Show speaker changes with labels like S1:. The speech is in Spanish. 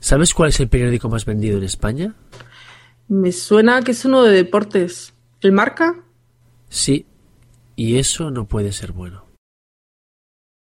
S1: ¿Sabes cuál es el periódico más vendido en España?
S2: Me suena que es uno de deportes. ¿El marca?
S1: Sí, y eso no puede ser bueno.